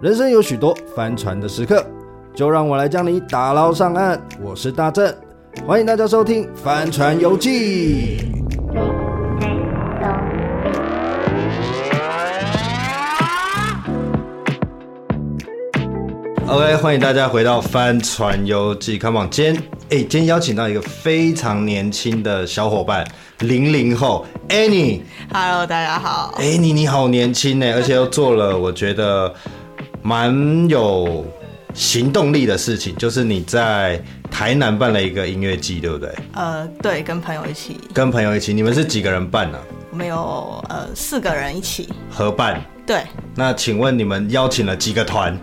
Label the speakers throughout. Speaker 1: 人生有许多翻船的时刻，就让我来将你打捞上岸。我是大正，欢迎大家收听《帆船游记》。OK，欢迎大家回到《帆船游记》Come on，今天哎，今天邀请到一个非常年轻的小伙伴，零零后 Annie。
Speaker 2: Hello，大家好。
Speaker 1: 哎、你你好年轻欸呢，而且又做了我觉得蛮有行动力的事情，就是你在台南办了一个音乐季，对不对？
Speaker 2: 呃，对，跟朋友一起，
Speaker 1: 跟朋友一起，你们是几个人办呢、
Speaker 2: 我们有呃四个人一起。
Speaker 1: 合办。
Speaker 2: 对，
Speaker 1: 那请问你们邀请了几个团？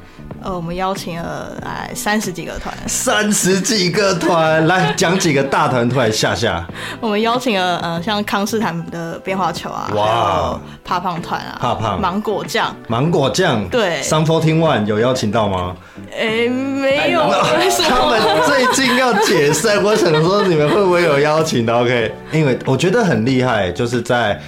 Speaker 2: 呃，我们邀请了哎三十几个团，
Speaker 1: 三十几个团，来讲几个大团出来吓吓。
Speaker 2: 我们邀请了呃像康斯坦的变化球啊，
Speaker 1: 哇
Speaker 2: 还有怕胖团啊，
Speaker 1: 怕胖
Speaker 2: 芒果酱，
Speaker 1: 芒果酱，
Speaker 2: 对
Speaker 1: ，Sun Fourteen One 有邀请到吗？
Speaker 2: 哎、没有，为什
Speaker 1: 他
Speaker 2: 么？
Speaker 1: 们最近要解散，我想说你们会不会有邀请的？OK，因为我觉得很厉害，就是在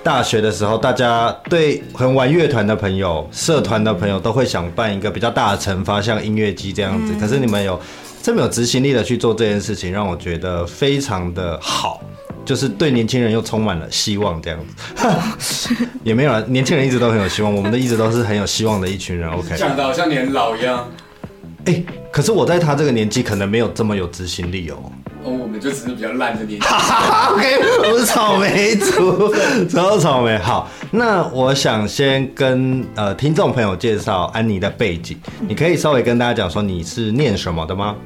Speaker 1: 大学的时候，大家对很玩乐团的朋友、社团的朋友都会想办一个比较大的惩罚，像音乐季这样子。
Speaker 2: 嗯
Speaker 1: 可是你们有这么有执行力的去做这件事情，让我觉得非常的好。就是对年轻人又充满了希望，这样子 也没有啊。年轻人一直都很有希望，我们的一直都是很有希望的一群人。OK，
Speaker 3: 讲的好像你很老一样。
Speaker 1: 哎、可是我在他这个年纪，可能没有这么有执行力哦。
Speaker 3: 哦，我们就只是比较烂的年纪。
Speaker 1: 哈 OK，我是草莓族， 然后草莓。好，那我想先跟呃听众朋友介绍安妮的背景，你可以稍微跟大家讲说你是念什么的吗？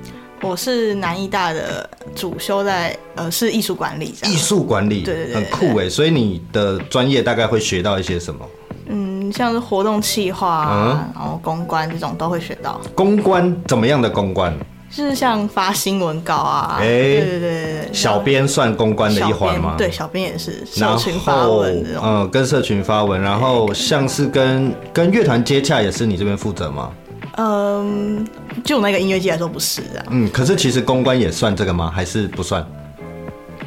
Speaker 2: 我是南艺大的主修在呃是艺术管理这
Speaker 1: 艺
Speaker 2: 样，
Speaker 1: 术管理，
Speaker 2: 对对对
Speaker 1: 很酷哎。所以你的专业大概会学到一些什么？
Speaker 2: 嗯，像是活动企划啊，
Speaker 1: 嗯
Speaker 2: 然后公关这种都会学到。
Speaker 1: 公关怎么样的公关？
Speaker 2: 就是像发新闻稿啊，
Speaker 1: 哎
Speaker 2: 对对对对对，
Speaker 1: 小编算公关的一环吗
Speaker 2: 小编？对，小编也是社
Speaker 1: 然
Speaker 2: 群发
Speaker 1: 后
Speaker 2: 文这，种，
Speaker 1: 嗯，跟社群发文，然后像是跟跟乐团接洽，也是你这边负责吗？
Speaker 2: 嗯，就那个音乐季来说不是啊这样，
Speaker 1: 嗯，可是其实公关也算这个吗？还是不算？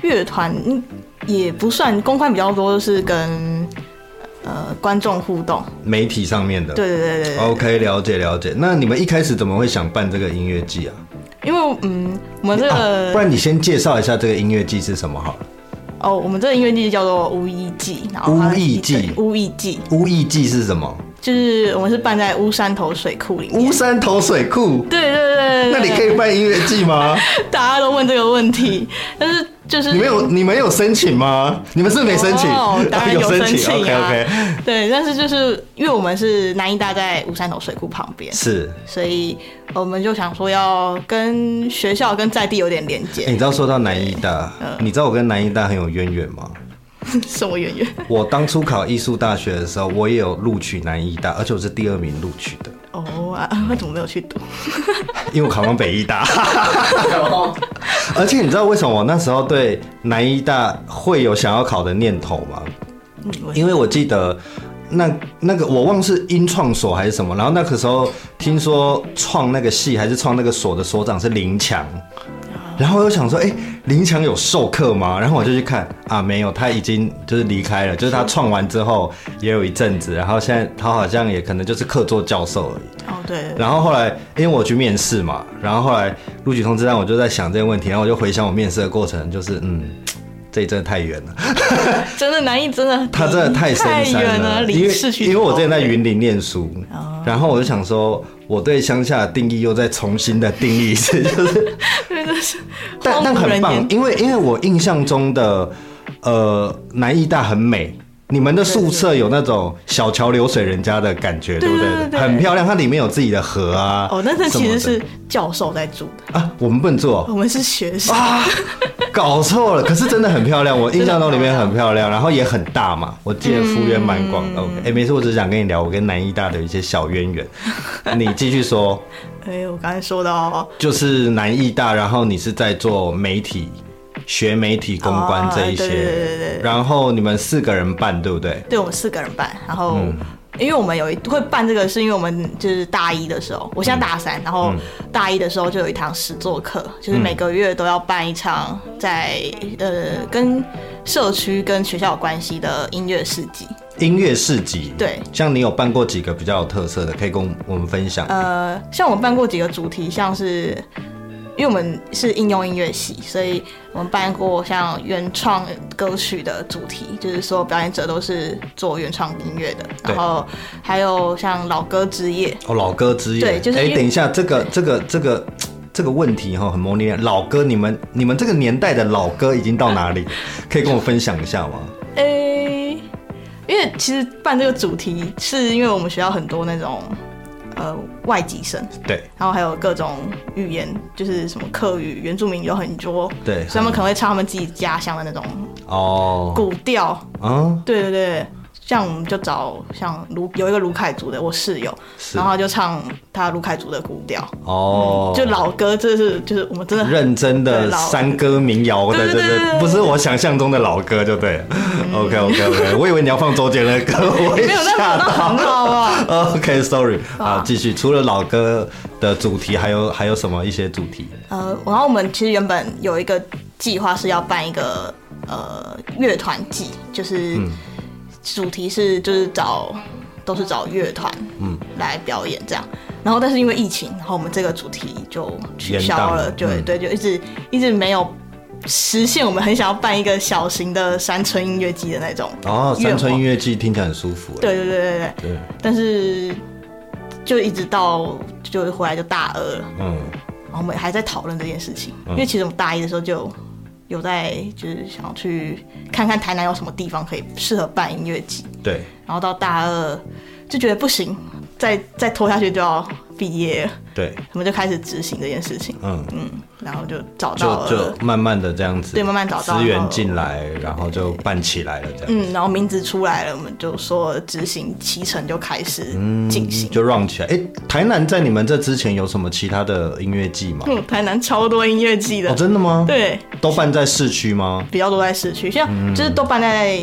Speaker 2: 乐团嗯也不算公关比较多，就是跟呃观众互动，
Speaker 1: 媒体上面的。
Speaker 2: 对对对对对
Speaker 1: OK，了解了解。那你们一开始怎么会想办这个音乐季啊？
Speaker 2: 因为嗯我们这
Speaker 1: 啊，不
Speaker 2: 个
Speaker 1: 然你先介绍一下这个音乐季是什么好了。
Speaker 2: 哦我们这个音乐季叫做乌衣季，然后它
Speaker 1: 乌衣季
Speaker 2: 对乌衣季
Speaker 1: 乌艺季是什么？
Speaker 2: 就是我们是办在乌山头水库里面
Speaker 1: 乌，山头水库。
Speaker 2: 对对对对，对
Speaker 1: 那你可以办音乐季 吗？
Speaker 2: 大家都问这个问题，但是就是
Speaker 1: 你们有你们有申请吗？你们是没申请，
Speaker 2: 哦 当然
Speaker 1: 有
Speaker 2: 有申
Speaker 1: 请。
Speaker 2: 请啊
Speaker 1: OK OK，
Speaker 2: 对，但是就是因为我们是南医大在五山头水库旁边，
Speaker 1: 是。
Speaker 2: 所以我们就想说要跟学校跟在地有点连
Speaker 1: 欸你
Speaker 2: 接，
Speaker 1: 知道说到南医大，
Speaker 2: 嗯
Speaker 1: 你知道我跟南医大很有渊源吗？
Speaker 2: 什么渊源？
Speaker 1: 我当初考艺术大学的时候，我也有录取南医大，而且我是第二名录取的，
Speaker 2: 哦啊，我怎么没有去读？
Speaker 1: 因为我考上北医大。
Speaker 3: 然后
Speaker 1: 而且你知道为什么我那时候对南医大会有想要考的念头吗？
Speaker 2: 嗯，我
Speaker 1: 因为我记得那那个我忘是音创所还是什么，然后那个时候听说创那个系还是创那个所的所长是林强，然后我就想说，哎、林强有授课吗？然后我就去看啊，没有，他已经就是离开了，就是他创完之后也有一阵子，然后现在他好像也可能就是客座教授而已。
Speaker 2: 哦对，
Speaker 1: 然后后来，因为我去面试嘛，然后后来录取通知单，我就在想这个问题，然后我就回想我面试的过程，就是嗯，这一阵太远了，
Speaker 2: 真的南艺真的
Speaker 1: 它真的太深山
Speaker 2: 远了，
Speaker 1: 因
Speaker 2: 离
Speaker 1: 为
Speaker 2: 市区
Speaker 1: 因为我之前在
Speaker 2: 走
Speaker 1: 云林念书，
Speaker 2: 哦
Speaker 1: 然后我就想说，我对乡下的定义又再重新的定义一 次，就是
Speaker 2: 因为这是
Speaker 1: 但但
Speaker 2: 荒无
Speaker 1: 很
Speaker 2: 人
Speaker 1: 棒，
Speaker 2: 烟，
Speaker 1: 因为因为我印象中的呃南艺大很美。你们的宿舍有那种小桥流水人家的感觉，
Speaker 2: 对
Speaker 1: 不
Speaker 2: 对对对
Speaker 1: 很漂亮，它里面有自己的河啊。
Speaker 2: 哦，那这其实
Speaker 1: 什么
Speaker 2: 是教授在住的，
Speaker 1: 的啊，我们不能住哦。
Speaker 2: 我们是学生，
Speaker 1: 啊，搞错了。可是真的很漂亮，我印象中里面很漂亮，然后也很大嘛，我记得幅员蛮广的。OK，哎、
Speaker 2: 嗯
Speaker 1: 没事，我只是想跟你聊我跟南医大的一些小渊 源。你继续说，
Speaker 2: 哎，我刚才说到
Speaker 1: 就是南医大，然后你是在做媒体。学媒体公关
Speaker 2: 哦
Speaker 1: 这一些，
Speaker 2: 对对对对对
Speaker 1: 然后你们四个人办，对不对？
Speaker 2: 对我们四个人办，然后、因为我们有一会办这个，是因为我们就是大一的时候，我现在大三，然后大一的时候就有一堂实作课，就是每个月都要办一场在呃跟社区跟学校有关系的音乐市集。
Speaker 1: 音乐市集，
Speaker 2: 对
Speaker 1: 像你有办过几个比较有特色的，可以跟我们分享。
Speaker 2: 呃，像我们办过几个主题，像是因为我们是应用音乐系，所以我们办过像原创歌曲的主题，就是说表演者都是做原创音乐的，
Speaker 1: 对
Speaker 2: 然后还有像老歌之夜，
Speaker 1: 哦，老歌之夜，
Speaker 2: 对就是
Speaker 1: 哎、
Speaker 2: 因为
Speaker 1: 等一下，这个这个这个这个问题哈，很模棱两可。老歌，你们你们这个年代的老歌已经到哪 里？可以跟我分享一下吗？
Speaker 2: 诶、因为其实办这个主题是因为我们学校很多那种呃外籍生，
Speaker 1: 对，
Speaker 2: 然后还有各种语言，就是什么客语、原住民有很多，
Speaker 1: 对
Speaker 2: 所以他们可能会唱他们自己家乡的那种
Speaker 1: 哦，
Speaker 2: 古调，
Speaker 1: 啊，
Speaker 2: 对对对，像我们就找像卢有一个卢凯族的我室友，
Speaker 1: 是
Speaker 2: 然后他就唱他卢凯族的古调，
Speaker 1: 哦，
Speaker 2: 嗯就老歌，这是就是我们真的很
Speaker 1: 认真的
Speaker 2: 对老
Speaker 1: 山歌民谣，
Speaker 2: 对
Speaker 1: 对
Speaker 2: 对对
Speaker 1: 对，
Speaker 2: 对嗯
Speaker 1: 不是我想象中的老歌，就对了。OK OK OK，我以为你要放周杰伦的歌， 我也
Speaker 2: 没有那
Speaker 1: 吓
Speaker 2: 么那
Speaker 1: 到
Speaker 2: 很。好啊。
Speaker 1: OK，Sorry，、好，继续。除了老歌的主题，还有还有什么一些主题？
Speaker 2: 呃，然后我们其实原本有一个计划是要办一个呃乐团季，就是
Speaker 1: 嗯
Speaker 2: 主题是就是找都是找乐团嗯来表演这样。然后但是因为疫情，然后我们这个主题就取消
Speaker 1: 延
Speaker 2: 了，
Speaker 1: 宕了
Speaker 2: 就
Speaker 1: 嗯
Speaker 2: 对，就一直一直没有实现我们很想要办一个小型的山村音乐季的那种
Speaker 1: 哦，山村音
Speaker 2: 乐，
Speaker 1: 乐季听起来很舒服。
Speaker 2: 对对对对对，
Speaker 1: 对，
Speaker 2: 但是就一直到就回来就大二了。
Speaker 1: 嗯，
Speaker 2: 然后我们还在讨论这件事情，因为其实我们大一的时候就有在就是想要去看看台南有什么地方可以适合办音乐季，
Speaker 1: 对，
Speaker 2: 然后到大二就觉得不行，再再拖下去就要毕业了，
Speaker 1: 对，
Speaker 2: 我们就开始执行这件事情，
Speaker 1: 嗯，
Speaker 2: 嗯，然后就找到
Speaker 1: 就
Speaker 2: 了
Speaker 1: 就。慢慢的这样子，
Speaker 2: 对慢慢找到
Speaker 1: 资
Speaker 2: 然
Speaker 1: 源
Speaker 2: 后
Speaker 1: 进来，然后就办起来了，这样。
Speaker 2: 嗯，然后名字出来了，我们就说执行骑程就开始进行。
Speaker 1: 嗯就 run 起来。哎、台南在你们这之前有什么其他的音乐季吗？
Speaker 2: 嗯，台南超多音乐季的，
Speaker 1: 哦，真的吗？，
Speaker 2: 对，
Speaker 1: 都办在市区吗？
Speaker 2: 比较多在市区，像就是都办在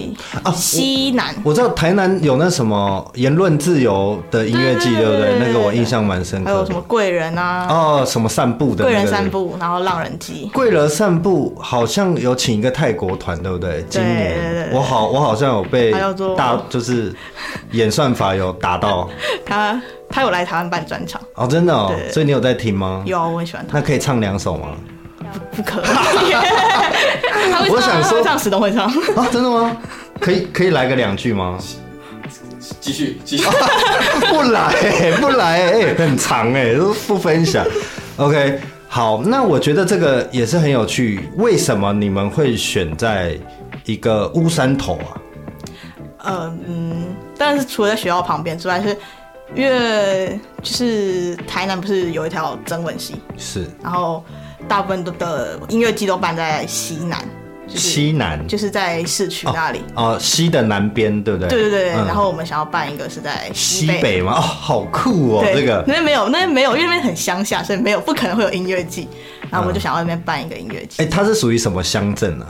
Speaker 2: 西南，
Speaker 1: 嗯啊我知道台南有那什么言论自由的音乐季，
Speaker 2: 对
Speaker 1: 对不
Speaker 2: 对
Speaker 1: 对？
Speaker 2: 对
Speaker 1: 那个我印象蛮深刻
Speaker 2: 还
Speaker 1: 的。
Speaker 2: 有什么贵人啊，
Speaker 1: 哦，什么散步的、那
Speaker 2: 贵
Speaker 1: 个
Speaker 2: 人散。步，然后浪人机，
Speaker 1: 贵人散步好像有请一个泰国团，对不对？今年
Speaker 2: 对对对
Speaker 1: 我好，我好像有被
Speaker 2: 还要做
Speaker 1: 大就是演算法有打到
Speaker 2: 他他有来台湾办专场，
Speaker 1: 哦，真的哦，
Speaker 2: 对
Speaker 1: 所以你有在听吗？
Speaker 2: 有啊，我很喜欢他，
Speaker 1: 那可以唱两首吗？
Speaker 2: 不可以， 他会
Speaker 1: 我想
Speaker 2: 唱啊，他
Speaker 1: 说
Speaker 2: 会唱，石东 会唱，
Speaker 1: 啊，真的吗？ 可以可以来个两句吗？
Speaker 3: 继续继续，
Speaker 1: 不来、 不来、哎，很长哎、都不分享。OK，好，那我觉得这个也是很有趣。为什么你们会选在一个乌山头啊？
Speaker 2: 呃嗯，但是除了在学校旁边之外，是因为就是台南不是有一条曾文溪，
Speaker 1: 是
Speaker 2: 然后大部分都的音乐季都办在西南，就是
Speaker 1: 西南，
Speaker 2: 就是在市区那里，
Speaker 1: 哦、西的南边，对不对？
Speaker 2: 对对对，
Speaker 1: 嗯
Speaker 2: 然后我们想要办一个是在
Speaker 1: 西北嘛，哦，好酷哦，
Speaker 2: 对，
Speaker 1: 这个。
Speaker 2: 那边没有，那边没有，因为那边很乡下，所以没有不可能会有音乐季。然后我们就想要那边办一个音乐
Speaker 1: 嗯
Speaker 2: 季。
Speaker 1: 哎、它是属于什么乡镇啊？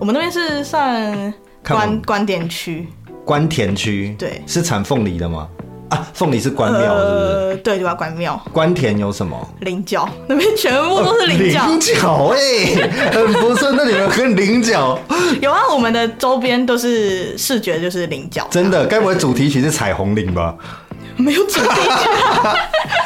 Speaker 2: 我们那边是算
Speaker 1: 看我
Speaker 2: 观
Speaker 1: 们
Speaker 2: 观点区，
Speaker 1: 关田区，
Speaker 2: 对
Speaker 1: 是产凤梨的吗？啊，凤梨是关庙，是不是？
Speaker 2: 呃，对，就要关庙、
Speaker 1: 关田有什么？
Speaker 2: 菱角，那边全部
Speaker 1: 哦
Speaker 2: 都是菱角。
Speaker 1: 菱角哎、 很不顺。那你们跟菱角
Speaker 2: 有啊，我们的周边都是视觉就是菱角，
Speaker 1: 真的，该不会主题曲是彩虹领 吧
Speaker 2: 没有主题曲啊，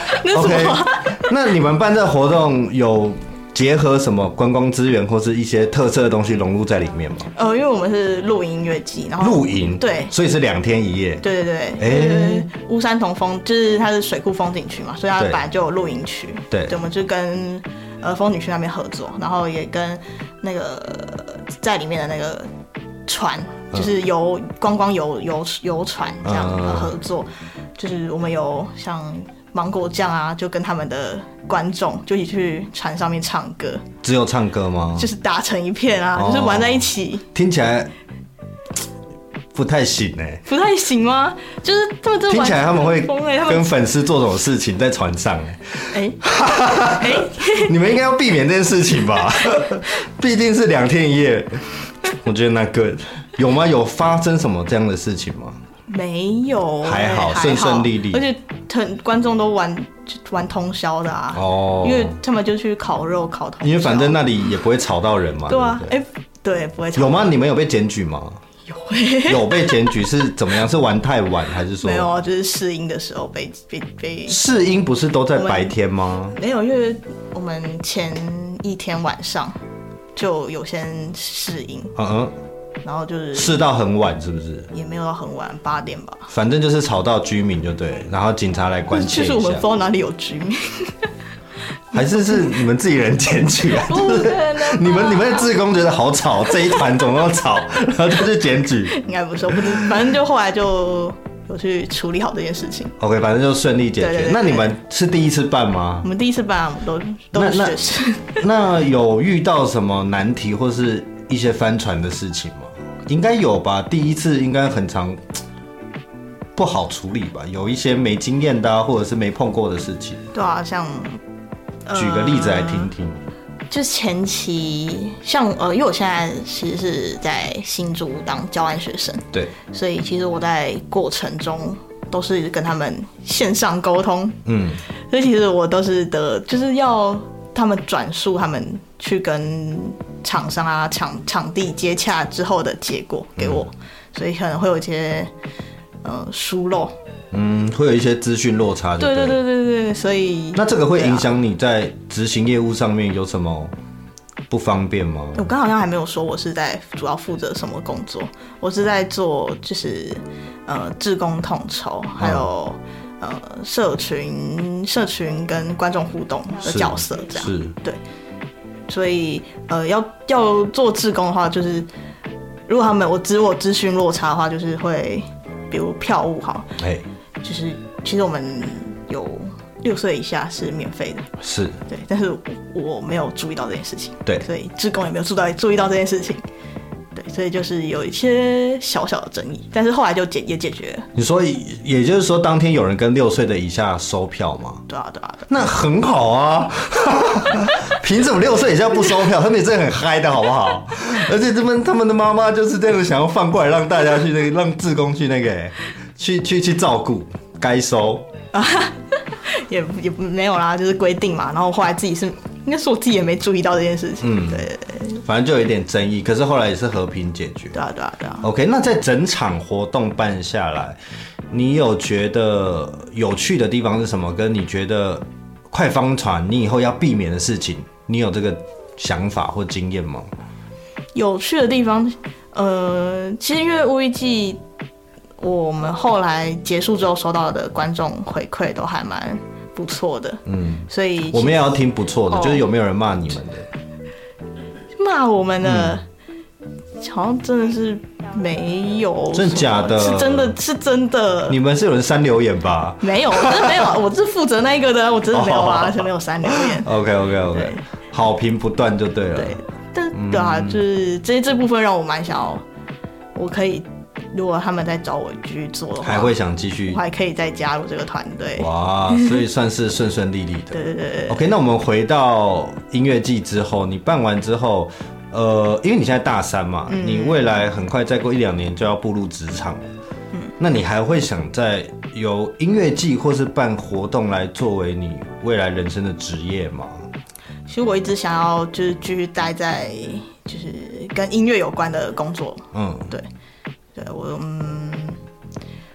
Speaker 2: 那是什
Speaker 1: ？OK，
Speaker 2: 么啊？
Speaker 1: 那你们办这活动有结合什么观光资源或是一些特色的东西融入在里面吗？
Speaker 2: 呃，因为我们是露营音乐季，然后
Speaker 1: 露营，
Speaker 2: 哦对
Speaker 1: 所以是两天一夜。
Speaker 2: 对对对，
Speaker 1: 哎
Speaker 2: 呃乌山同风就是它是水库风景区嘛，所以它
Speaker 1: 对
Speaker 2: 本来就有露营区。
Speaker 1: 对
Speaker 2: 我们就跟呃风景区那边合作，然后也跟那个呃在里面的那个船，就是游、观光游游游船这样呃
Speaker 1: 嗯嗯嗯
Speaker 2: 合作，就是我们有像。芒果酱啊，就跟他们的观众就一起去船上面唱歌，
Speaker 1: 只有唱歌吗？
Speaker 2: 就是打成一片啊，
Speaker 1: 哦
Speaker 2: 就是玩在一起，
Speaker 1: 听起来不太行哎、
Speaker 2: 不太行吗？就是他们真的
Speaker 1: 听
Speaker 2: 玩
Speaker 1: 起来他们会
Speaker 2: 疯哎、他们
Speaker 1: 跟粉丝做什么事情在船上、欸？
Speaker 2: 哎哎、
Speaker 1: 你们应该要避免这件事情 吧？毕竟是两天一夜，我觉得那个有吗？有发生什么这样的事情吗？
Speaker 2: 没有欸、
Speaker 1: 还好顺顺利利
Speaker 2: 而且很观众都玩就玩通宵的啊，
Speaker 1: 哦
Speaker 2: 因为他们就去烤肉烤通宵，
Speaker 1: 因为反正那里也不会吵到人嘛。
Speaker 2: 对啊，
Speaker 1: 不
Speaker 2: 哎、对，不会吵，
Speaker 1: 有吗？你们有被检举吗？
Speaker 2: 有会。
Speaker 1: 有被检举是怎么样？是玩太晚还是说
Speaker 2: 没有啊，就是试音的时候被被被
Speaker 1: 试音不是都在白天吗？
Speaker 2: 没有，因为我们前一天晚上就有先试音，
Speaker 1: 嗯嗯，
Speaker 2: 然后就是
Speaker 1: 试到很晚是不是？
Speaker 2: 也没有到很晚，八点吧。
Speaker 1: 反正就是吵到居民就对，然后警察来关切
Speaker 2: 其
Speaker 1: 一
Speaker 2: 实我们不
Speaker 1: 下
Speaker 2: 知，道哪里有居民，
Speaker 1: 还是是你们自己人检举 啊？
Speaker 2: 不可能
Speaker 1: 你们你们的志工觉得好吵，这一团怎么那么 吵，然后就去检举。
Speaker 2: 应该不是，我不 知，反正就后来就有去处理好这件事情。
Speaker 1: OK，反正就顺利解决。
Speaker 2: 对对对对
Speaker 1: 那你们是第一次办吗
Speaker 2: 我？们第一次办，我们都都
Speaker 1: 那
Speaker 2: 是
Speaker 1: 那
Speaker 2: 学生，
Speaker 1: 那有遇到什么难题或是一些翻船的事情吗？应该有吧，第一次应该很常不好处理吧，有一些没经验的、啊、或者是没碰过的事情。
Speaker 2: 对啊，像
Speaker 1: 举个例子来听听。
Speaker 2: 就前期像呃，因为我现在其实是在新竹当教案学生，
Speaker 1: 对，
Speaker 2: 所以其实我在过程中都是跟他们线上沟通，
Speaker 1: 嗯，
Speaker 2: 所以其实我都是的，就是要他们转述他们去跟厂商啊、场场地接洽之后的结果给我，
Speaker 1: 嗯
Speaker 2: 所以可能会有一些呃疏漏，
Speaker 1: 嗯，会有一些资讯落差
Speaker 2: 对
Speaker 1: 对
Speaker 2: 对
Speaker 1: 了
Speaker 2: 对对对，所以
Speaker 1: 那这个会
Speaker 2: 对啊
Speaker 1: 影响你在执行业务上面有什么不方便吗？
Speaker 2: 我刚好像还没有说我是在主要负责什么工作，我是在做就是呃志工统筹，还有、
Speaker 1: 嗯
Speaker 2: 呃社群社群跟观众互动的
Speaker 1: 是
Speaker 2: 角色这样。
Speaker 1: 是，
Speaker 2: 所以呃要要做志工的话，就是如果他们我只我资讯落差的话，就是会比如票务哈，
Speaker 1: 哎，
Speaker 2: 就是其实我们有六岁以下是免费的，
Speaker 1: 是
Speaker 2: 对，但是我没有注意到这件事情，
Speaker 1: 对
Speaker 2: 所以志工也没有注到注意到这件事情，对，所以就是有一些小小的争议，但是后来就解也解决了，
Speaker 1: 你说，也就是说，当天有人跟六岁的以下收票吗？
Speaker 2: 对啊对啊对啊，
Speaker 1: 那很好啊， 凭什么六岁以下不收票？他们也是很嗨的好不好？而且他们他们的妈妈就是这样想要放过来让大家去那个让志工去那个、欸去去去照顾，该收
Speaker 2: 啊也也没有啦，就是规定嘛，然后后来自己是应该是我自己也没注意到这件事情，嗯，对对对
Speaker 1: 反正就有一点争议，可是后来也是和平解决。
Speaker 2: 对啊对啊对啊，
Speaker 1: OK，那在整场活动办下来，你有觉得有趣的地方是什么？跟你觉得快方船你以后要避免的事情，你有这个想法或经验吗？
Speaker 2: 有趣的地方，呃，其实因为乌一季，我们后来结束之后收到的观众回馈都还蛮不错的，嗯，所以其实
Speaker 1: 我们也要听不错的，
Speaker 2: 哦
Speaker 1: 就是有没有人骂你们的？
Speaker 2: 骂我们的，好像真的是没有，
Speaker 1: 嗯真的假的
Speaker 2: 是真的，是真的
Speaker 1: 你，们是有人删留言吧
Speaker 2: 没有，我真的没有，啊 我是负责那一个的，我真的没有
Speaker 1: 哦
Speaker 2: 啊，而且没有删留言，
Speaker 1: ？OK OK
Speaker 2: 对
Speaker 1: OK，好评不断就对了。
Speaker 2: 对，
Speaker 1: 嗯
Speaker 2: 但对啊，就是这这部分让我蛮想要，我可以，如果他们再找我继续做的话，
Speaker 1: 还会想继续
Speaker 2: 我还可以再加入这个团队，
Speaker 1: 哇，所以算是顺顺利利的。
Speaker 2: 对对对对，
Speaker 1: OK，那我们回到音乐季之后，你办完之后，呃，因为你现在大三嘛，
Speaker 2: 嗯
Speaker 1: 你未来很快再过一两年就要步入职场了，
Speaker 2: 嗯
Speaker 1: 那你还会想在由音乐季或是办活动来作为你未来人生的职业吗？
Speaker 2: 其实我一直想要就是继续待在就是跟音乐有关的工作，
Speaker 1: 嗯，
Speaker 2: 对我，嗯，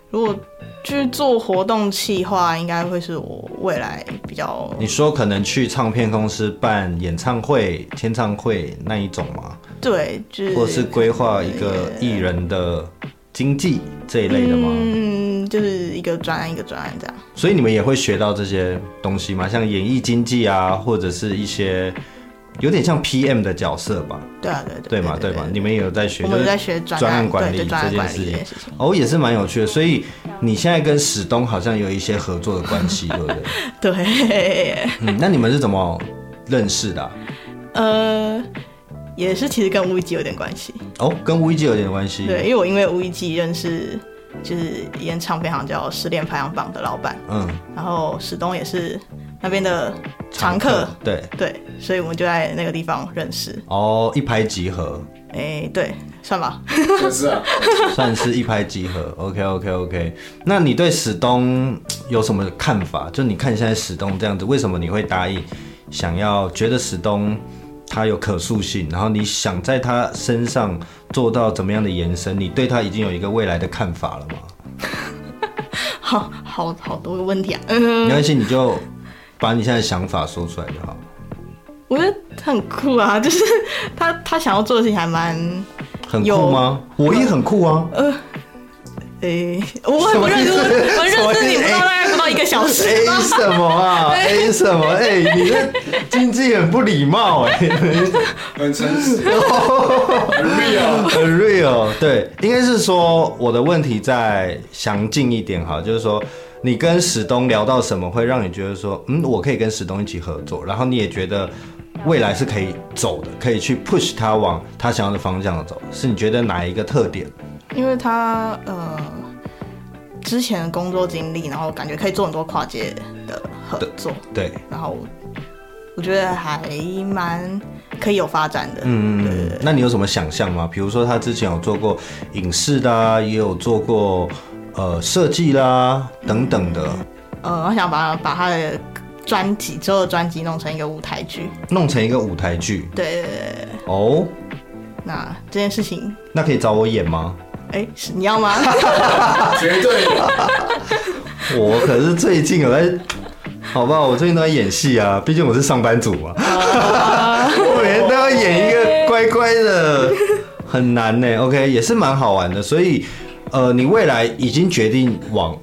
Speaker 2: 如果去做活动企划，应该会是我未来比较
Speaker 1: 你说可能去唱片公司办演唱会、签唱会那一种吗？
Speaker 2: 对，就是
Speaker 1: 或是规划一个艺人的经济这一类的吗？
Speaker 2: 嗯，就是一个专案一个专案这样。
Speaker 1: 所以你们也会学到这些东西吗？像演艺经济啊，或者是一些有点像 PM 的角色吧，
Speaker 2: 对啊，对对
Speaker 1: 对吗？对
Speaker 2: 对
Speaker 1: 吗？你们也有在学，
Speaker 2: 我们
Speaker 1: 就是
Speaker 2: 在学专
Speaker 1: 专案
Speaker 2: 案
Speaker 1: 管
Speaker 2: 对
Speaker 1: 理
Speaker 2: 对专
Speaker 1: 这
Speaker 2: 案
Speaker 1: 件
Speaker 2: 管理
Speaker 1: 事
Speaker 2: 这
Speaker 1: 情
Speaker 2: 件事情。
Speaker 1: 哦，也是蛮有趣的。所以你现在跟史东好像有一些合作的关系，对不 对？
Speaker 2: 对，
Speaker 1: 嗯，那你们是怎么认识的啊、
Speaker 2: 呃，也是其实跟无一基有点关系。
Speaker 1: 哦，跟无一基有点关系。
Speaker 2: 对，因为我因为无一基认识，就是一间唱片行叫失恋排行榜的老板，
Speaker 1: 嗯，
Speaker 2: 然后史东也是那边的常
Speaker 1: 客
Speaker 2: 客。
Speaker 1: 对。
Speaker 2: 对，所以我们就在那个地方认识。
Speaker 1: 哦，一拍即合，
Speaker 2: 哎、对，算吧。
Speaker 3: 真是啊，
Speaker 1: 算是一拍即合。OK OK OK，那你对史东有什么看法？就你看现在史东这样子，为什么你会答应？想要觉得史东它有可塑性，然后你想在它身上做到怎么样的延伸，你对它已经有一个未来的看法了吗？
Speaker 2: 好好好多个问题啊， 嗯，
Speaker 1: 没关系，你就把你现在的想法说出来就好。
Speaker 2: 我觉得他很酷啊，就是他他想要做的事情还蛮，
Speaker 1: 很酷吗？我也很酷啊！
Speaker 2: 诶、我很
Speaker 1: 什
Speaker 2: 不
Speaker 1: 么
Speaker 2: 认
Speaker 1: 意
Speaker 2: 识，
Speaker 1: 思
Speaker 2: 我
Speaker 1: 什
Speaker 2: 认
Speaker 1: 么
Speaker 2: 识
Speaker 1: 意
Speaker 2: 你
Speaker 1: 思
Speaker 2: 不到大概不到一个 小时
Speaker 1: A
Speaker 2: 吧，
Speaker 1: 什么啊？A 什么？哎、你这经纪很不礼貌哎、
Speaker 3: 很诚实，很 real。
Speaker 1: 很 real。对，应该是说我的问题再详尽一点哈，就是说你跟史东聊到什么会让你觉得说，嗯，我可以跟史东一起合作，然后你也觉得未来是可以走的，可以去 push 他往他想要的方向走，是你觉得哪一个特点？
Speaker 2: 因为他呃之前的工作经历，然后感觉可以做很多跨界的合作，
Speaker 1: 对，
Speaker 2: 然后我觉得还蛮可以有发展的，嗯，对对
Speaker 1: 嗯，那你有什么想象吗？比如说他之前有做过影视的、啊，也有做过呃设计啦等等的，
Speaker 2: 呃，我想把把他的专辑之后的专辑弄成一个舞台剧，
Speaker 1: 弄成一个舞台剧
Speaker 2: 对对对对，
Speaker 1: 哦。
Speaker 2: 那这件事情，
Speaker 1: 那可以找我演吗？
Speaker 2: 哎，是你 要吗？
Speaker 3: 绝对的，
Speaker 1: 我可是最近有在，好不好？我最近都在演戏啊，毕竟我是上班族嘛，我每天都要演一个乖乖的，很难呢、OK，也是蛮好玩的，所以呃，你未来已经决定往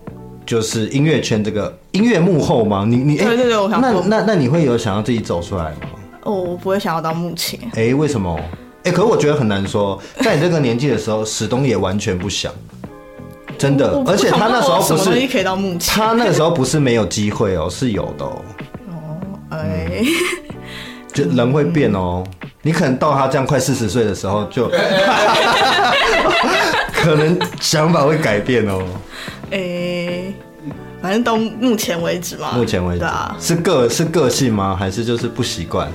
Speaker 1: 就是音乐圈这个音乐幕后吗？你你哎，
Speaker 2: 对对对我想
Speaker 1: 那
Speaker 2: 做
Speaker 1: 那那你会有想要自己走出来吗？
Speaker 2: 哦，我不会想要当幕前，
Speaker 1: 哎、为什么？哎、可是我觉得很难说，在你这个年纪的时候，史东也完全不想，真的
Speaker 2: 我，
Speaker 1: 而且他那时候
Speaker 2: 不
Speaker 1: 不
Speaker 2: 想到我什么东
Speaker 1: 是
Speaker 2: 西可以到幕前，
Speaker 1: 他那个时候不是没有机会哦，是有的哦，
Speaker 2: 哎，
Speaker 1: 就人会变哦。你可能到他这样快四十岁的时候就， 可能想法会改变哦。
Speaker 2: 诶、反正到目前为止嘛，
Speaker 1: 目前为止，
Speaker 2: 对啊，
Speaker 1: 是个是个性吗？还是就是不习惯？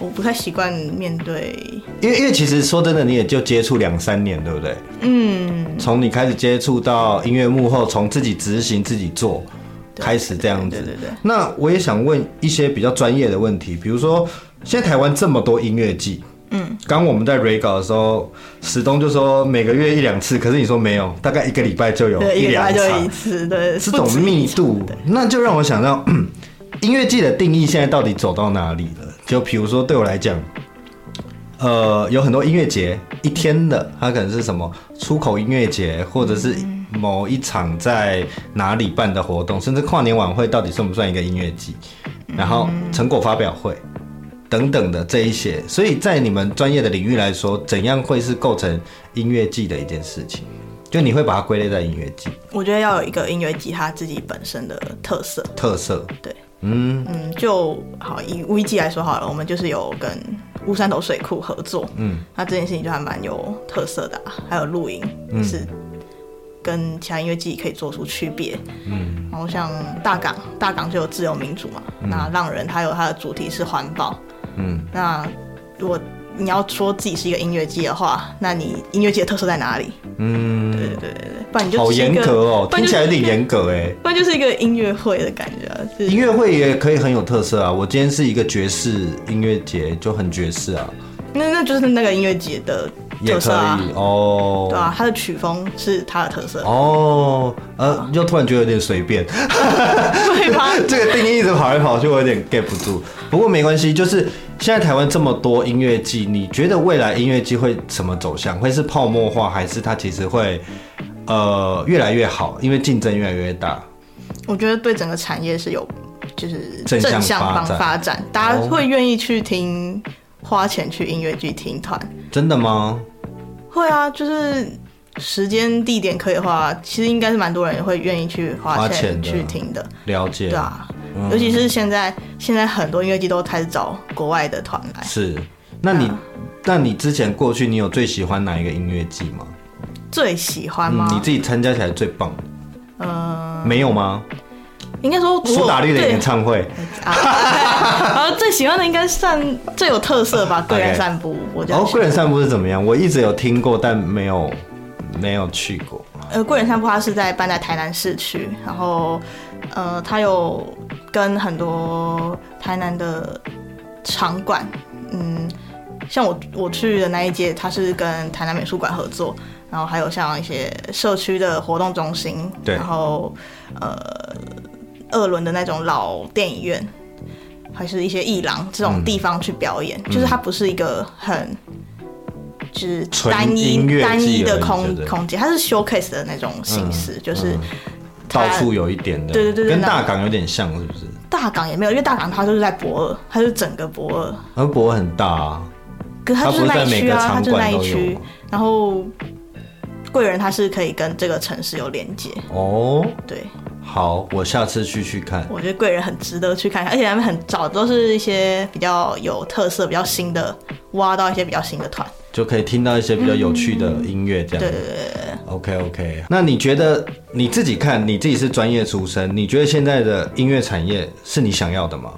Speaker 2: 我不太习惯面对，
Speaker 1: 因为因为其实说真的，你也就接触两三年，对不对？
Speaker 2: 嗯，
Speaker 1: 从你开始接触到音乐幕后，从自己执行自己做，
Speaker 2: 对
Speaker 1: 开始这样子。
Speaker 2: 对对对对
Speaker 1: 那我也想问一些比较专业的问题，比如说现在台湾这么多音乐季，嗯，刚我们在 re 稿的时候，史东就说每个月一两次，可是你说没有，大概一个礼拜就有
Speaker 2: 对，一个礼
Speaker 1: 两
Speaker 2: 拜就
Speaker 1: 场
Speaker 2: 一，次，对，
Speaker 1: 这
Speaker 2: 不
Speaker 1: 种
Speaker 2: 止
Speaker 1: 密
Speaker 2: 一场
Speaker 1: 度
Speaker 2: 对，
Speaker 1: 那就让我想到 音乐季的定义现在到底走到哪里了？就比如说对我来讲，呃，有很多音乐节一天的，它可能是什么出口音乐节，或者是
Speaker 2: 嗯
Speaker 1: 某一场在哪里办的活动，甚至跨年晚会到底算不算一个音乐季？
Speaker 2: 嗯
Speaker 1: 然后成果发表会。等等的这一些，所以在你们专业的领域来说，怎样会是构成音乐季的一件事情？就你会把它归类在音乐季
Speaker 2: 我觉得要有一个音乐吉他自己本身的特色，
Speaker 1: 特色，
Speaker 2: 对，
Speaker 1: 嗯，
Speaker 2: 嗯，就好以无一季来说好了，我们就是有跟乌山头水库合作，嗯，那这件事情就还蛮有特色的、啊，还有露营、
Speaker 1: 嗯
Speaker 2: 是跟其他音乐季可以做出区别，嗯，然后像大港，大港就有自由民主嘛，
Speaker 1: 嗯
Speaker 2: 那浪人它有它的主题是环保，嗯，那如果你要说自己是一个音乐季的话，那你音乐季的特色在哪里？嗯，对对对对对，不然你就
Speaker 1: 好
Speaker 2: 只是一
Speaker 1: 严
Speaker 2: 个
Speaker 1: 格哦，
Speaker 2: 不
Speaker 1: 听
Speaker 2: 然就
Speaker 1: 起
Speaker 2: 是
Speaker 1: 来有点严格哎。
Speaker 2: 不然就是一个音乐会的感觉、啊，就是
Speaker 1: 音乐会也可以很有特色啊，我今天是一个爵士音乐节，就很爵士啊，
Speaker 2: 那那就是那个音乐节的
Speaker 1: 也
Speaker 2: 特
Speaker 1: 可
Speaker 2: 色啊，
Speaker 1: 以哦。
Speaker 2: 对啊，它的曲风是它的特色，
Speaker 1: 哦，
Speaker 2: 啊
Speaker 1: 呃，又突然觉得有点随便，
Speaker 2: 对吧？
Speaker 1: 这个定义一直跑来跑去，我有点 get 不住。不过没关系，就是现在台湾这么多音乐季，你觉得未来音乐季会什么走向？会是泡沫化，还是它其实会呃越来越好？因为竞争越来越大。
Speaker 2: 我觉得对整个产业是有就是
Speaker 1: 正
Speaker 2: 正
Speaker 1: 向发展
Speaker 2: 向方发展，大家会愿意去听，花钱去音乐剧听团，
Speaker 1: 真的吗？
Speaker 2: 会啊，就是时间地点可以的话，其实应该是蛮多人会愿意去
Speaker 1: 花
Speaker 2: 花
Speaker 1: 钱
Speaker 2: 钱
Speaker 1: 的
Speaker 2: 去听的，
Speaker 1: 了解，
Speaker 2: 对啊。尤其是现在，现在很多音乐剧都开始找国外的团来，嗯
Speaker 1: 是，那你，那你之前过去，你有最喜欢哪一个音乐季吗？嗯
Speaker 2: 最喜欢吗？
Speaker 1: 你自己参加起来最棒的？呃，没有吗？
Speaker 2: 应该说我
Speaker 1: 苏打绿的
Speaker 2: 对
Speaker 1: 演唱会，
Speaker 2: 然后啊呃最喜欢的应该算最有特色吧，贵人散步，我觉
Speaker 1: 然后
Speaker 2: 得。
Speaker 1: 哦贵人散步是怎么样？我一直有听过，但没有没有去过。
Speaker 2: 呃，贵人散步它是在搬在台南市区，然后呃，它有跟很多台南的场馆，嗯，像我我去的那一届，它是跟台南美术馆合作，然后还有像一些社区的活动中心，
Speaker 1: 对
Speaker 2: 然后呃二轮的那种老电影院，还是一些艺廊这种
Speaker 1: 嗯
Speaker 2: 地方去表演，就是它不是一个很。就是
Speaker 1: 纯
Speaker 2: 单一
Speaker 1: 音乐
Speaker 2: 单一
Speaker 1: 季而
Speaker 2: 的
Speaker 1: 已
Speaker 2: 空
Speaker 1: 对对
Speaker 2: 空间，它是 showcase 的那种形式，
Speaker 1: 嗯
Speaker 2: 就是
Speaker 1: 到
Speaker 2: 它
Speaker 1: 处有一点的，
Speaker 2: 对对对对
Speaker 1: 跟
Speaker 2: 那
Speaker 1: 大港有点像，是不是？
Speaker 2: 大港也没有，因为大港它就是在博尔，它是整个博尔，
Speaker 1: 而博很大、啊，
Speaker 2: 可是它
Speaker 1: 它
Speaker 2: 就
Speaker 1: 不是
Speaker 2: 是那
Speaker 1: 在
Speaker 2: 一
Speaker 1: 每
Speaker 2: 区
Speaker 1: 个
Speaker 2: 啊，它
Speaker 1: 场
Speaker 2: 就是那
Speaker 1: 馆
Speaker 2: 一
Speaker 1: 都
Speaker 2: 区
Speaker 1: 有。
Speaker 2: 然后贵人它是可以跟这个城市有连接，
Speaker 1: 哦。
Speaker 2: 对
Speaker 1: 好，我下次去去看。
Speaker 2: 我觉得贵人很值得去看看，而且他们很早都是一些比较有特色、比较新的，挖到一些比较新的团。
Speaker 1: 就可以听到一些比较有趣的音乐，这样。
Speaker 2: 对对对对对，
Speaker 1: OK OK。那你觉得你自己看，你自己是专业出身，你觉得现在的音乐产业是你想要的吗？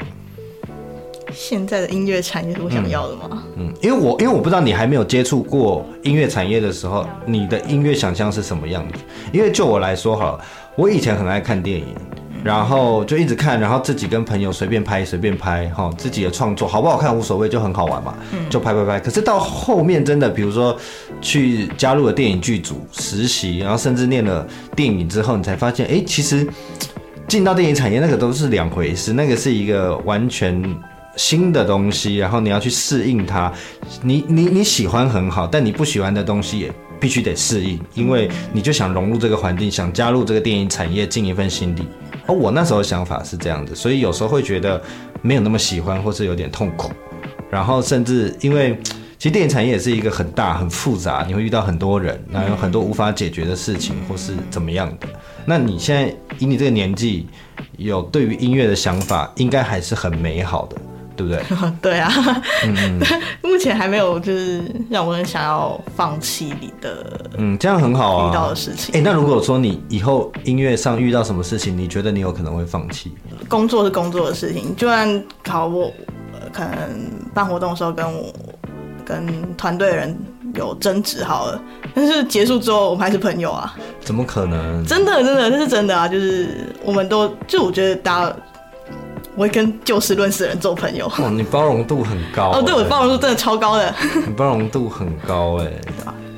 Speaker 2: 现在的音乐产业是我想要的吗？
Speaker 1: 嗯，因为我因为我不知道你还没有接触过音乐产业的时候，你的音乐想象是什么样子？因为就我来说好了，我以前很爱看电影。然后就一直看，然后自己跟朋友随便拍随便拍，哈、自己的创作好不好看无所谓，就很好玩嘛，就拍拍拍。可是到后面真的，比如说去加入了电影剧组实习，然后甚至念了电影之后，你才发现，哎，其实进到电影产业那个都是两回事，那个是一个完全新的东西，然后你要去适应它。你你你喜欢很好，但你不喜欢的东西也必须得适应，因为你就想融入这个环境，想加入这个电影产业，尽一份心力。而我那时候想法是这样子，所以有时候会觉得没有那么喜欢，或是有点痛苦。然后甚至因为其实电影产业也是一个很大、很复杂，你会遇到很多人，然后有很多无法解决的事情，或是怎么样的。那你现在以你这个年纪，有对于音乐的想法，应该还是很美好的，对不对？
Speaker 2: 对啊，
Speaker 1: 嗯
Speaker 2: 目前还没有就是让我很想要放弃你的
Speaker 1: 嗯，这样很好啊。
Speaker 2: 遇到的事情
Speaker 1: 哎、那如果说你以后音乐上遇到什么事情，你觉得你有可能会放弃？
Speaker 2: 工作是工作的事情，就算考我，呃可能办活动的时候跟我跟团队的人有争执好了，但是结束之后我们还是朋友啊，
Speaker 1: 怎么可能？
Speaker 2: 真的真的这是真的啊，就是我们都就我觉得大家，我会跟就事论事的人做朋友。
Speaker 1: 哇，你包容度很高、
Speaker 2: 哦，对，我包
Speaker 1: 容，
Speaker 2: 容度真的 超高的，
Speaker 1: 你包容度很高哎、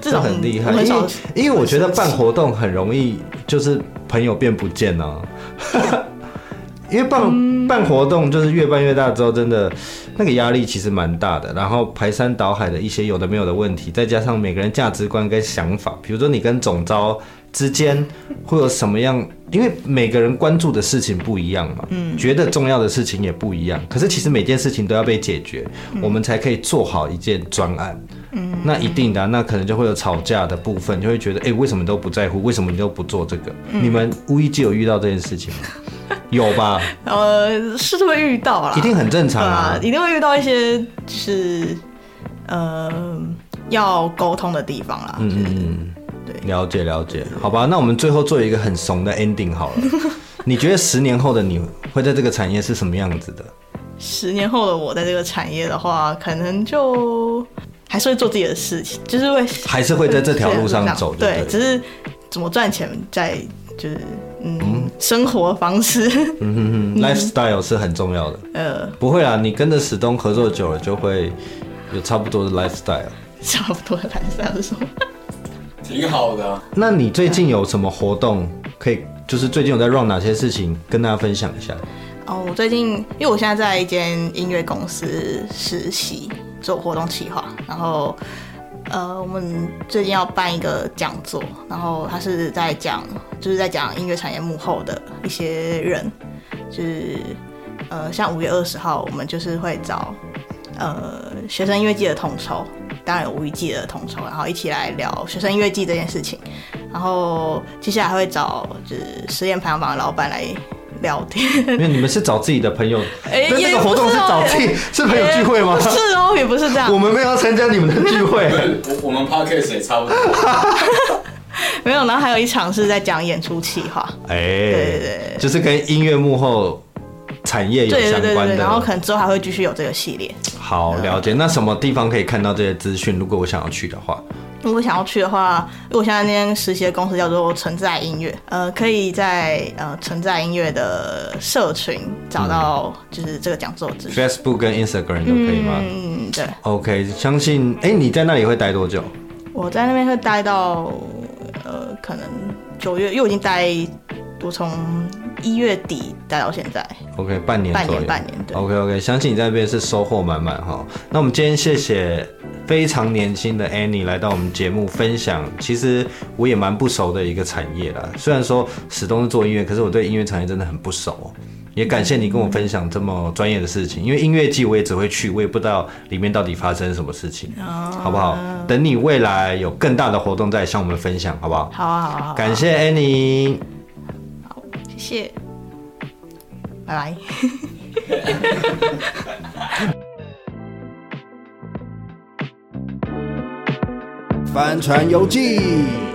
Speaker 2: 这种
Speaker 1: 很厉害，
Speaker 2: 我很
Speaker 1: 因
Speaker 2: 少
Speaker 1: 为，因为我觉得办活动很容易，就是朋友变不见啊。 因为办、
Speaker 2: 嗯
Speaker 1: 办活动就是越办越大之后，真的那个压力其实蛮大的。然后排山倒海的一些有的没有的问题，再加上每个人价值观跟想法，比如说你跟总招之间会有什么样？因为每个人关注的事情不一样嘛，嗯，觉得重要的事情也不一样。可是其实每件事情都要被解决，
Speaker 2: 嗯
Speaker 1: 我们才可以做好一件专案。嗯，那一定的啊、那可能就会有吵架的部分，就会觉得，哎、为什么都不在乎？为什么你都不做这个？你们无意界有遇到这件事情吗？有吧？
Speaker 2: 呃，是会遇到啦，
Speaker 1: 一定很正常啊
Speaker 2: 啊，。一定会遇到一些就是呃要沟通的地方啦，就是
Speaker 1: 嗯，
Speaker 2: 对
Speaker 1: 了解了解，好吧，那我们最后做一个很怂的 ending 好了。你觉得十年后的你会在这个产业是什么样子的？
Speaker 2: 十年后的我在这个产业的话，可能就还是会做自己的事情，就是会
Speaker 1: 还是会在这条路上走就对
Speaker 2: 对
Speaker 1: 了，嗯
Speaker 2: 只是怎么赚钱在就是嗯生活方式，
Speaker 1: 嗯哼，lifestyle 是很重要的。
Speaker 2: 呃，
Speaker 1: 不会啦，你跟着史东合作久了，就会有差不多的 lifestyle。
Speaker 2: 差不多的蓝色是什么？
Speaker 3: 挺好的啊。
Speaker 1: 那你最近有什么活动可以？就是最近有在 run 哪些事情，跟大家分享一下。
Speaker 2: 哦，我最近因为我现在在一间音乐公司实习，做活动企划，然后呃，我们最近要办一个讲座，然后他是在讲，就是在讲音乐产业幕后的一些人，就是呃，像五月二十号，我们就是会找呃学生音乐季的统筹，当然有五一季的统筹，然后一起来聊学生音乐季这件事情，然后接下来还会找就是实验排行榜的老板来聊天。
Speaker 1: 因为你们是找自己的朋友，
Speaker 2: 哎
Speaker 1: 那这
Speaker 2: 也
Speaker 1: 个活动
Speaker 2: 不
Speaker 1: 是
Speaker 2: 是哦
Speaker 1: 找自己是朋友聚会吗
Speaker 2: 不？是哦，也不是这样
Speaker 1: 我，们没有要参加你们的聚会。
Speaker 3: 我我们 podcast 也差不多，
Speaker 2: 没有。然后还有一场是在讲演出企划，
Speaker 1: 哎、
Speaker 2: 对对
Speaker 1: 就是跟音乐幕后产业有
Speaker 2: 对
Speaker 1: 相
Speaker 2: 对对
Speaker 1: 关
Speaker 2: 对，
Speaker 1: 的。
Speaker 2: 然后可能之后还会继续有这个系列。
Speaker 1: 好了解，那什么地方可以看到这些资讯？如果我想要去的话，
Speaker 2: 如果想要去的话，因为我现在那间实习的公司叫做存在音乐，呃，可以在呃存在音乐
Speaker 1: 嗯
Speaker 2: 的社群找到就是这个讲座的资讯。
Speaker 1: Facebook 跟 Instagram 都可以吗？
Speaker 2: 嗯，嗯，对，
Speaker 1: OK，相信哎、你在那里会待多久？
Speaker 2: 我在那边会待到呃，可能九月，因为我已经待，我从一月底待到现在。
Speaker 1: OK，半年
Speaker 2: 半年
Speaker 1: 左右
Speaker 2: 半年对
Speaker 1: OK OK，相信你在那边是收获满满哈。那我们今天谢谢非常年轻的 Annie 来到我们节目分享，其实我也蛮不熟的一个产业啦。虽然说始终是做音乐，可是我对音乐产业真的很不熟。也感谢你跟我分享这么专业的事情，因为音乐季我也只会去，我也不知道里面到底发生什么事情，
Speaker 2: 哦
Speaker 1: 好不好？等你未来有更大的活动再向我们分享，好不好？
Speaker 2: 好啊，好啊，好啊
Speaker 1: 感谢 Annie。
Speaker 2: 谢谢，拜拜。
Speaker 1: 帆船游记。